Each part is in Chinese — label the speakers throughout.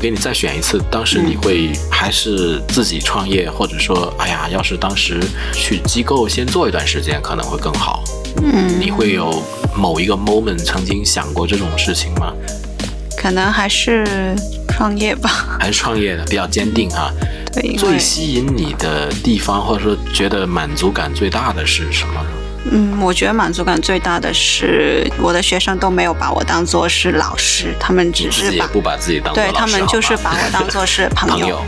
Speaker 1: 给你再选一次，当时你
Speaker 2: 嗯
Speaker 1: 会还是自己创业，或者说，哎呀，要是当时去机构先做一段时间可能会更好。
Speaker 2: 嗯，
Speaker 1: 你会有某一个 moment 曾经想过这种事情吗？
Speaker 2: 可能还是创业吧。
Speaker 1: 还是创业的比较坚定哈、
Speaker 2: 对，因
Speaker 1: 最
Speaker 2: 为
Speaker 1: 吸引你的地方，或者说觉得满足感最大的是什么呢？
Speaker 2: 嗯，我觉得满足感最大的是我的学生都没有把我当做是老师，他们只
Speaker 1: 自
Speaker 2: 是
Speaker 1: 己也
Speaker 2: 把
Speaker 1: 不把自己当做
Speaker 2: 对他
Speaker 1: 老师
Speaker 2: 们
Speaker 1: 好
Speaker 2: 就是
Speaker 1: 吧
Speaker 2: 把我当做是 朋
Speaker 1: 朋
Speaker 2: 友。
Speaker 1: 友。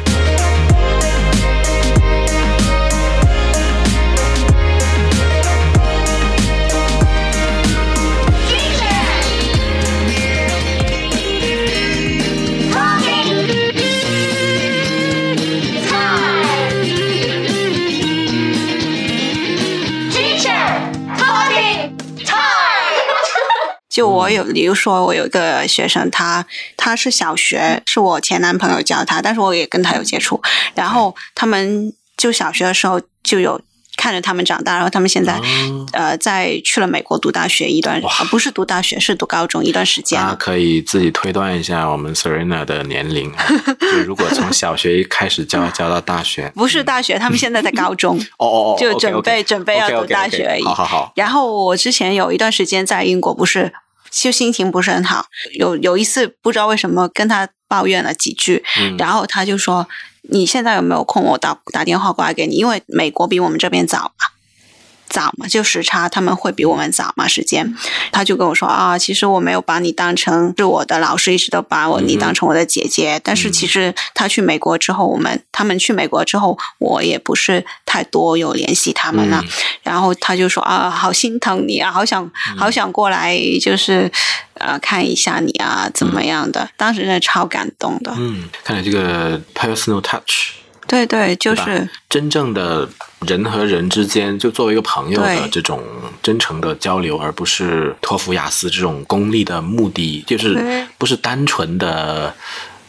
Speaker 2: 就我有，
Speaker 1: 嗯
Speaker 2: 比如说我有一个学生，他他是小
Speaker 1: 嗯
Speaker 2: 学，是我前男朋友教他，但是我也跟他有接触。然后他们就小学的时候就有看着他们长大，然后他们现在、
Speaker 1: 哦
Speaker 2: 呃在去了美国读大学一段，
Speaker 1: 哇
Speaker 2: 呃、不是读大学，是读高中一段时间
Speaker 1: 大家
Speaker 2: 了。
Speaker 1: 可以自己推断一下我们 Serena 的年龄 啊，就如果从小学一开始教教到大学，
Speaker 2: 不是大学，他们现在在高中。
Speaker 1: 哦 哦哦，
Speaker 2: 就
Speaker 1: OK，OK，
Speaker 2: 准备准备要
Speaker 1: OK，OK，OK，
Speaker 2: 读大学而已
Speaker 1: 好好好，
Speaker 2: 然后我之前有一段时间在英国，不是就心情不是很好，有有一次不知道为什么跟他抱怨了几句，
Speaker 1: 嗯，
Speaker 2: 然后他就说：“你现在有没有空？我打打电话过来给你，因为美国比我们这边早嘛，早嘛，就时差他们会比我们早嘛时
Speaker 1: 嗯
Speaker 2: 间。”他就跟我说：“啊，其实我没有把你当成是我的老师，一直都把我
Speaker 1: 嗯哼
Speaker 2: 你当成我的姐姐。
Speaker 1: 嗯
Speaker 2: 但是其实他去美国之后，我们他们去美国之后，我也不是太多有联系他们了。
Speaker 1: 嗯
Speaker 2: 然后他就说啊，好心疼你啊，好想好想过来，就是呃看一下你啊，怎么样的？当时真的超感动的。
Speaker 1: 嗯，看来这个 personal touch
Speaker 2: 对对，就
Speaker 1: 对吧
Speaker 2: 是
Speaker 1: 真正的人和人之间，就作为一个朋友的
Speaker 2: 对
Speaker 1: 这种真诚的交流，而不是托福、雅思这种功利的目的，就是
Speaker 2: 对
Speaker 1: 不是单纯的。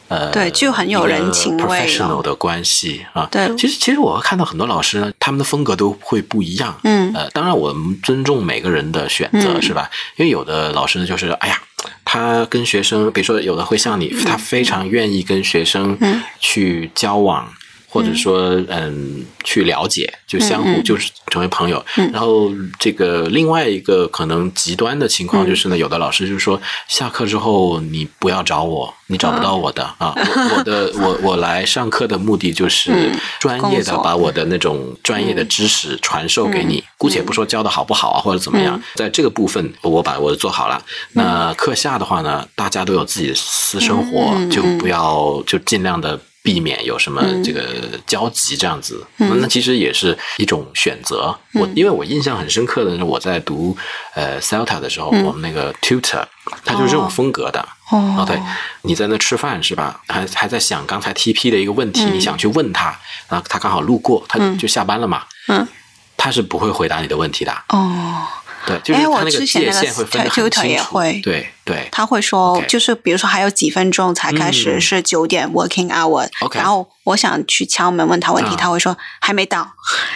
Speaker 1: 呃，
Speaker 2: 对就很有
Speaker 1: 一个
Speaker 2: 人情味了
Speaker 1: professional 的关系啊。
Speaker 2: 对
Speaker 1: 其实其实我看到很多老师呢，他们的风格都会不一样。
Speaker 2: 嗯
Speaker 1: 呃，当然我们尊重每个人的选择，
Speaker 2: 嗯
Speaker 1: 是吧？因为有的老师呢，就是哎呀，他跟学生，比如说有的会像你，他非常愿意跟学生
Speaker 2: 嗯
Speaker 1: 去交往。或者说，嗯，去了解，就相互
Speaker 2: 嗯嗯
Speaker 1: 就是成为朋友。
Speaker 2: 嗯
Speaker 1: 然后这个另外一个可能极端的情
Speaker 2: 嗯
Speaker 1: 况就是呢，有的老师就是说，下课之后你不要找我，你找不
Speaker 2: 嗯
Speaker 1: 到我的啊。我我的我我来上课的目的就是
Speaker 2: 嗯
Speaker 1: 专业的
Speaker 2: 工作嗯
Speaker 1: 把我的那种专业的知识传授给你。姑且不说教的好不好啊，或者怎么样，在这个部分我把我的做好了。
Speaker 2: 嗯
Speaker 1: 那课下的话呢，大家都有自己的私生活，
Speaker 2: 嗯嗯嗯
Speaker 1: 就不要就尽量的。避免有什么这个交集这样子，
Speaker 2: 嗯
Speaker 1: 那其实也是一种选择。我因为我印象很深刻的是，我在读呃 Celta 的时候，我们那个 tutor 他就是这种
Speaker 2: 嗯哦
Speaker 1: 风格的。哦，
Speaker 2: 哦，
Speaker 1: 对，你在那吃饭是吧？还还在想刚才 TP 的一个问题，
Speaker 2: 嗯
Speaker 1: 你想去问他，然后他刚好路过，他
Speaker 2: 嗯
Speaker 1: 就下班了嘛，
Speaker 2: 嗯，
Speaker 1: 他是不会回答你的问题的。
Speaker 2: 哦，
Speaker 1: 对，就是
Speaker 2: 哎
Speaker 1: 他
Speaker 2: 我
Speaker 1: 那个
Speaker 2: 之前那
Speaker 1: 界
Speaker 2: 个
Speaker 1: 限会分得
Speaker 2: tutor
Speaker 1: 很清
Speaker 2: 也
Speaker 1: 楚
Speaker 2: 会。
Speaker 1: 对对，
Speaker 2: 他会说
Speaker 1: OK
Speaker 2: 就是比如说还有几分钟才开
Speaker 1: 嗯
Speaker 2: 始是九点 working hour，、
Speaker 1: OK
Speaker 2: 然后我想去敲门问他问题，
Speaker 1: 啊
Speaker 2: 他会说还没到。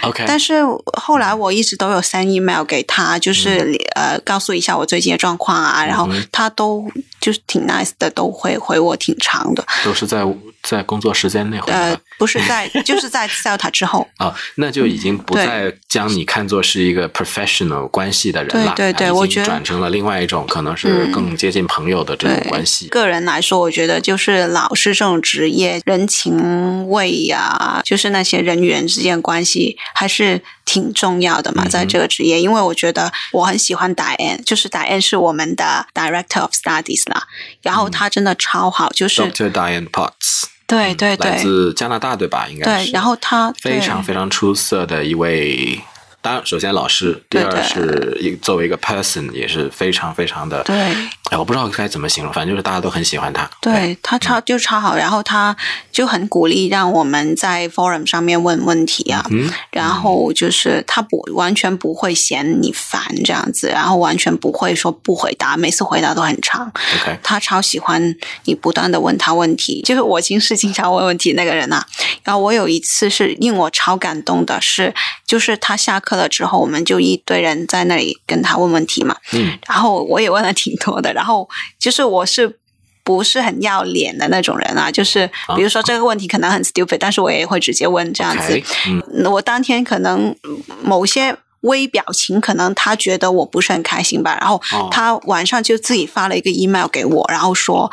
Speaker 1: OK，
Speaker 2: 但是后来我一直都有 send email 给他，就是、呃告诉一下我最近的状况啊，然后
Speaker 1: 嗯哼
Speaker 2: 他都就是挺 nice 的，都会回我挺长的。
Speaker 1: 都是在在工作时间内回答
Speaker 2: 呃，不是在就是在 Celta 之后，
Speaker 1: 啊，那就已经不
Speaker 2: 对
Speaker 1: 再将你看作是一个 professional 关系的人
Speaker 2: 对
Speaker 1: 了，
Speaker 2: 对对
Speaker 1: 啊已
Speaker 2: 我
Speaker 1: 经
Speaker 2: 觉得
Speaker 1: 转成了另外一种，可能是
Speaker 2: 嗯
Speaker 1: 更接近朋友的这种
Speaker 2: 对
Speaker 1: 关系。
Speaker 2: 个人来说，我觉得就是老师这种职业，人情味呀、就是那些人与人之间关系，还是挺重要
Speaker 1: 嗯
Speaker 2: 的嘛，在这个职业。因为我觉得我很喜欢 Diane，就是 Diane 是我们的 Director of Studies 啦，
Speaker 1: 嗯
Speaker 2: 然后他真的超好，就是、
Speaker 1: Dr. Diane Potts，
Speaker 2: 对对
Speaker 1: 嗯来
Speaker 2: 对
Speaker 1: 自加拿大对吧？应该
Speaker 2: 对，
Speaker 1: 是。
Speaker 2: 然后他
Speaker 1: 非常非常出色的一位。当然，首先老师，第
Speaker 2: 对
Speaker 1: 二
Speaker 2: 对
Speaker 1: 是一作为一个 person 也是非常非常的，
Speaker 2: 对。对
Speaker 1: 哎，我不知道该怎么形容，反正就是大家都很喜欢他。哎，
Speaker 2: 对他超就超好，然后他就很鼓励让我们在 forum 上面问问题啊，
Speaker 1: 嗯，
Speaker 2: 然后就是他不完全不会嫌你烦这样子，然后完全不会说不回答，每次回答都很长。
Speaker 1: OK，
Speaker 2: 他超喜欢你不断的问他问题，就是我经是经常问问题那个人啊。然后我有一次是令我超感动的是，就是他下课了之后，我们就一堆人在 那里跟他问问题嘛。
Speaker 1: 嗯
Speaker 2: 然后我也问了挺多的，然后就是我是不是很要脸的那种人啊，就是比如说这个问题可能很 stupid，但是我也会直接问这样子
Speaker 1: OK，。嗯
Speaker 2: 我当天可能某些微表情，可能他觉得我不是很开心吧，然后
Speaker 1: 哦
Speaker 2: 他晚上就自己发了一个 email 给我，然后说。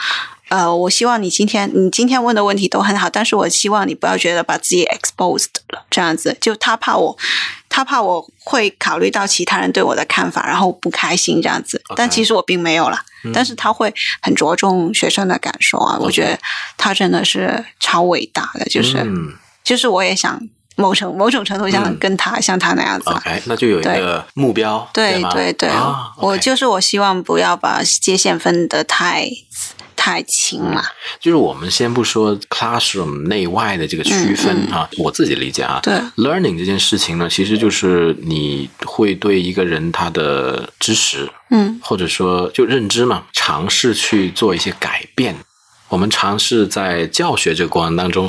Speaker 2: 呃，我希望你今天你今天问的问题都很好，但是我希望你不要觉得把自己 exposed 了，这样子就他怕我，他怕我会考虑到其他人对我的看法，然后不开心这样子。
Speaker 1: OK
Speaker 2: 但其实我并没有啦，
Speaker 1: 嗯
Speaker 2: 但是他会很着重学生的感受啊，我觉得他真的是超伟大的，就是、
Speaker 1: 嗯
Speaker 2: 就是我也想某种某种程度
Speaker 1: 嗯
Speaker 2: 上跟他、像他那样子啊。
Speaker 1: ，OK，那就有一个目标，
Speaker 2: 对
Speaker 1: 吗？
Speaker 2: 对对，
Speaker 1: 啊，OK
Speaker 2: 我就是我希望不要把界限分得太太清了。
Speaker 1: 就是我们先不说 classroom 内外的这个区分
Speaker 2: 嗯
Speaker 1: 啊，我自己理解啊，
Speaker 2: 对
Speaker 1: learning 这件事情呢，其实就是你会对一个人他的知识
Speaker 2: 嗯
Speaker 1: 或者说就认知嘛，尝试去做一些改变。我们尝试在教学这个过程当中，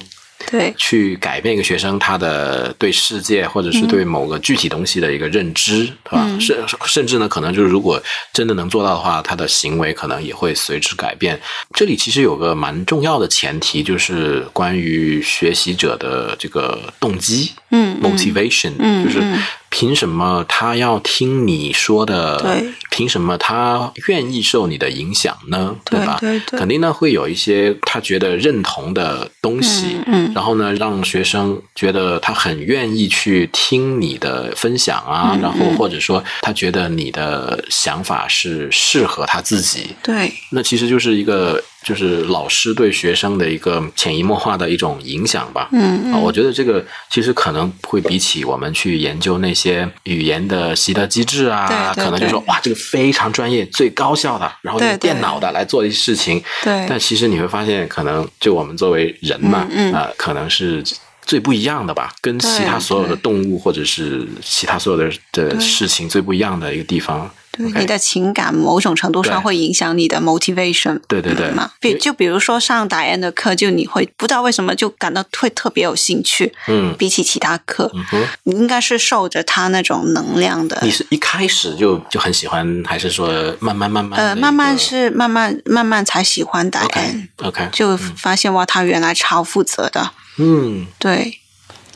Speaker 2: 对，
Speaker 1: 去改变一个学生他的对世界或者是对某个具体东西的一个认知，
Speaker 2: 嗯
Speaker 1: 是吧？甚甚至呢，可能就是如果真的能做到的话，他的行为可能也会随之改变。这里其实有个蛮重要的前提，就是关于学习者的这个动机。
Speaker 2: 嗯
Speaker 1: motivation，、
Speaker 2: 嗯
Speaker 1: 就是
Speaker 2: 嗯
Speaker 1: 凭什么他要听你说的
Speaker 2: 对？
Speaker 1: 凭什么他愿意受你的影响呢？
Speaker 2: 对
Speaker 1: 吧？
Speaker 2: 对对
Speaker 1: 肯定呢会有一些他觉得认同的东西，
Speaker 2: 嗯嗯
Speaker 1: 然后呢让学生觉得他很愿意去听你的分享啊，
Speaker 2: 嗯
Speaker 1: 然后
Speaker 2: 嗯
Speaker 1: 或者说他觉得你的想法是适合他自己，
Speaker 2: 对
Speaker 1: 那其实就是一个就是老师对学生的一个潜移默化的一种影响吧。
Speaker 2: 嗯嗯
Speaker 1: 啊，我觉得这个其实可能会比起我们去研究那些语言的习得机制啊，
Speaker 2: 对对
Speaker 1: 可能就说
Speaker 2: 对
Speaker 1: 哇，这个非常专业、最高效的，然后
Speaker 2: 对
Speaker 1: 用电脑的来做一些事情。
Speaker 2: 对
Speaker 1: 但其实你会发现，可能就我们作为人嘛，啊、
Speaker 2: 嗯嗯
Speaker 1: 可能是。最不一样的吧，跟其他
Speaker 2: 对
Speaker 1: 所有的
Speaker 2: 对
Speaker 1: 动物或者是其他所有的的
Speaker 2: 对
Speaker 1: 事情最不一样的一个地方。
Speaker 2: 对
Speaker 1: OK
Speaker 2: 你的情感某种程度上
Speaker 1: 对
Speaker 2: 会影响你的 motivation，
Speaker 1: 对对对
Speaker 2: 嗯嘛。
Speaker 1: 因
Speaker 2: 比
Speaker 1: 为
Speaker 2: 就比如说上达恩的课，就你会不知道为什么就感到会特别有兴趣，
Speaker 1: 嗯
Speaker 2: 比起其他课，
Speaker 1: 嗯哼。
Speaker 2: 你应该是受着他那种能量的
Speaker 1: 你是一开始就就很喜欢，还是说慢慢慢慢的一
Speaker 2: 呃，
Speaker 1: 个？
Speaker 2: 慢慢是嗯慢慢慢慢才喜欢戴
Speaker 1: OK 嗯
Speaker 2: 安，
Speaker 1: OK，
Speaker 2: 就发现哇，他原来超负责的。
Speaker 1: 嗯，
Speaker 2: 对，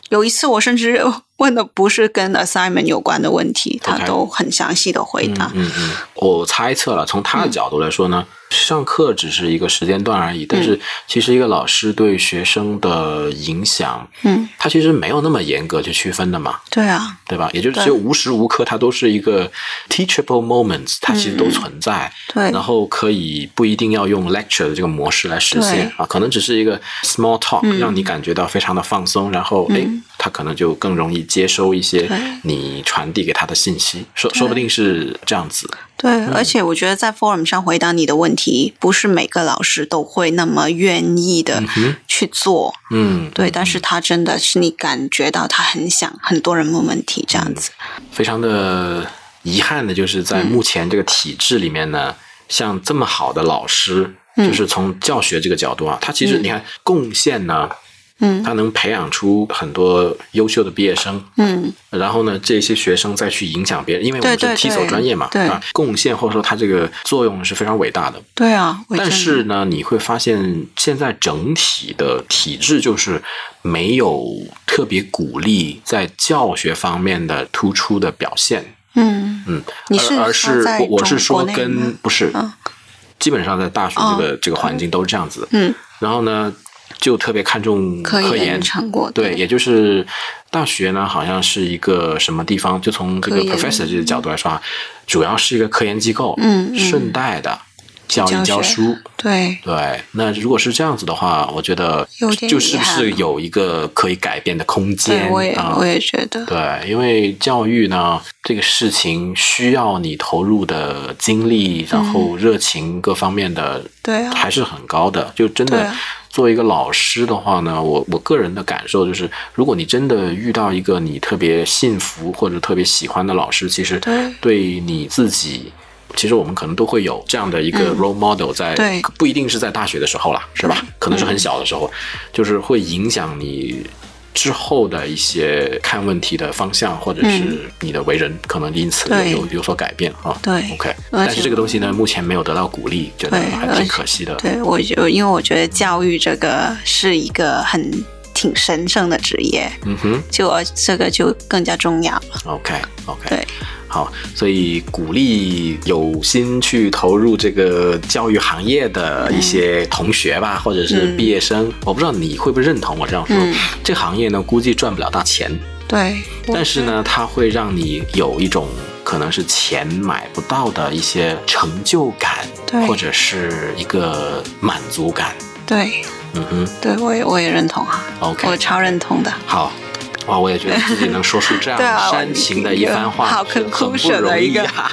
Speaker 2: 有一次我甚至 问的不是跟 assignment 有关的问题，他
Speaker 1: OK
Speaker 2: 都很详细的回答。
Speaker 1: 嗯嗯，我猜测了，从
Speaker 2: 嗯
Speaker 1: 他的角度来说呢，上课只是一个时间段而已，但
Speaker 2: 嗯
Speaker 1: 是其实一个老师对学生的影响，
Speaker 2: 嗯，
Speaker 1: 他其实没有那么严格去区分的嘛，
Speaker 2: 对啊，
Speaker 1: 对吧？也就是
Speaker 2: 对
Speaker 1: 只有无时无刻它都是一个 teachable moments，它其实都存在。
Speaker 2: 嗯对
Speaker 1: 然后可以不一定要用 lecture 的这个模式来实现
Speaker 2: 对嗯
Speaker 1: 啊，可能只是一个 small talk，、让你感觉到非常的放松，然后诶，他可能就更容易接收一些
Speaker 2: 对
Speaker 1: 你传递给他的信息，说说不定是这样子。
Speaker 2: 对，
Speaker 1: 嗯
Speaker 2: 而且我觉得在 forum 上回答你的问题，不是每个老师都会那么愿意的去做。
Speaker 1: 嗯，
Speaker 2: 对，但是他真的是你感觉到他很想很多人问问题这
Speaker 1: 嗯
Speaker 2: 样子。
Speaker 1: 非常的遗憾的就是在目前这个体制里面呢，像这么好的老师，
Speaker 2: 嗯
Speaker 1: 就是从教学这个角度啊，他其实你看贡献呢，
Speaker 2: 嗯
Speaker 1: 他能培养出很多优秀的毕业生，
Speaker 2: 嗯，
Speaker 1: 然后呢，这些学生再去影响别人，因为我们
Speaker 2: 对
Speaker 1: 是
Speaker 2: 对
Speaker 1: 踢手
Speaker 2: 对
Speaker 1: 专业嘛，
Speaker 2: 对
Speaker 1: 吧？贡献或者说它这个作用是非常伟大的。
Speaker 2: 对啊，我
Speaker 1: 但
Speaker 2: 真的
Speaker 1: 是呢，你会发现现在整体的体制就是没有特别鼓励在教学方面的突出的表现，
Speaker 2: 嗯，
Speaker 1: 嗯，
Speaker 2: 你是
Speaker 1: 而而是
Speaker 2: 说在
Speaker 1: 我我是
Speaker 2: 中
Speaker 1: 说
Speaker 2: 国内
Speaker 1: 跟
Speaker 2: 吗
Speaker 1: 不是
Speaker 2: 嗯，哦
Speaker 1: 基本上在大学这个这个环境都是这样子，
Speaker 2: 嗯，
Speaker 1: 然后呢，就特别看重
Speaker 2: 科
Speaker 1: 科
Speaker 2: 研
Speaker 1: 研
Speaker 2: 成果
Speaker 1: 对，也就是大学呢，好像是一个什么地方，就从这个
Speaker 2: 科研嗯
Speaker 1: professor 这个角度来说啊，主要是一个科研机构，
Speaker 2: 嗯嗯
Speaker 1: 顺带的教一
Speaker 2: 教
Speaker 1: 教
Speaker 2: 学
Speaker 1: 书。
Speaker 2: 对
Speaker 1: 对，那如果是这样子的话，我觉得
Speaker 2: 有点
Speaker 1: 就是不
Speaker 2: 遗憾
Speaker 1: 是
Speaker 2: 了
Speaker 1: 有一个可以改变的空
Speaker 2: 对，
Speaker 1: 间
Speaker 2: 我也
Speaker 1: 啊？
Speaker 2: 我也觉得，
Speaker 1: 对，因为教育呢这个事情需要你投入的精力，然
Speaker 2: 嗯
Speaker 1: 后热情各方面的，
Speaker 2: 对啊
Speaker 1: 还是很高的。就真
Speaker 2: 对
Speaker 1: 的
Speaker 2: 啊
Speaker 1: 作为一个老师的话呢，我我个人的感受就是，如果你真的遇到一个你特别信服或者特别喜欢的老师，其实
Speaker 2: 对
Speaker 1: 对你自己。其实我们可能都会有这样的一个 role model 在，
Speaker 2: 嗯对嗯
Speaker 1: 不一定是在大学的时候啦，是吧？可能是很小的时候，就是会影响你之后的一些看问题的方向，或者是你的为人，可能因此有
Speaker 2: 嗯对
Speaker 1: 有有所改变啊。
Speaker 2: 对
Speaker 1: ，OK。
Speaker 2: 而且
Speaker 1: 但是这个东西呢，目前没有得到鼓励，觉得
Speaker 2: 嗯对
Speaker 1: 还
Speaker 2: 而
Speaker 1: 挺
Speaker 2: 且
Speaker 1: 可惜的。
Speaker 2: 对我就因为我觉得教育这个是一个很挺神圣的职业，
Speaker 1: 嗯哼
Speaker 2: 就而这个就更加重要了。
Speaker 1: ，OK OK。
Speaker 2: 对，
Speaker 1: 好，所以鼓励有心去投入这个教育行业的一些同学吧，或者是毕业生，我不知道你会不会认同我这样说。
Speaker 2: 嗯
Speaker 1: 这行业呢，估计赚不了大钱，
Speaker 2: 对，
Speaker 1: 但是呢，它会让你有一种可能是钱买不到的一些成就感
Speaker 2: 对，
Speaker 1: 或者是一个满足感。
Speaker 2: 对，
Speaker 1: 嗯哼
Speaker 2: 对我也我也认同啊，我
Speaker 1: ，OK，
Speaker 2: 超认同的。
Speaker 1: 好。哇，我也觉得自己能说出这样
Speaker 2: 对啊
Speaker 1: 煽情的一番话，
Speaker 2: 好
Speaker 1: 是很不啊
Speaker 2: conclusion 的
Speaker 1: 容
Speaker 2: 一
Speaker 1: 易
Speaker 2: 个
Speaker 1: 啊。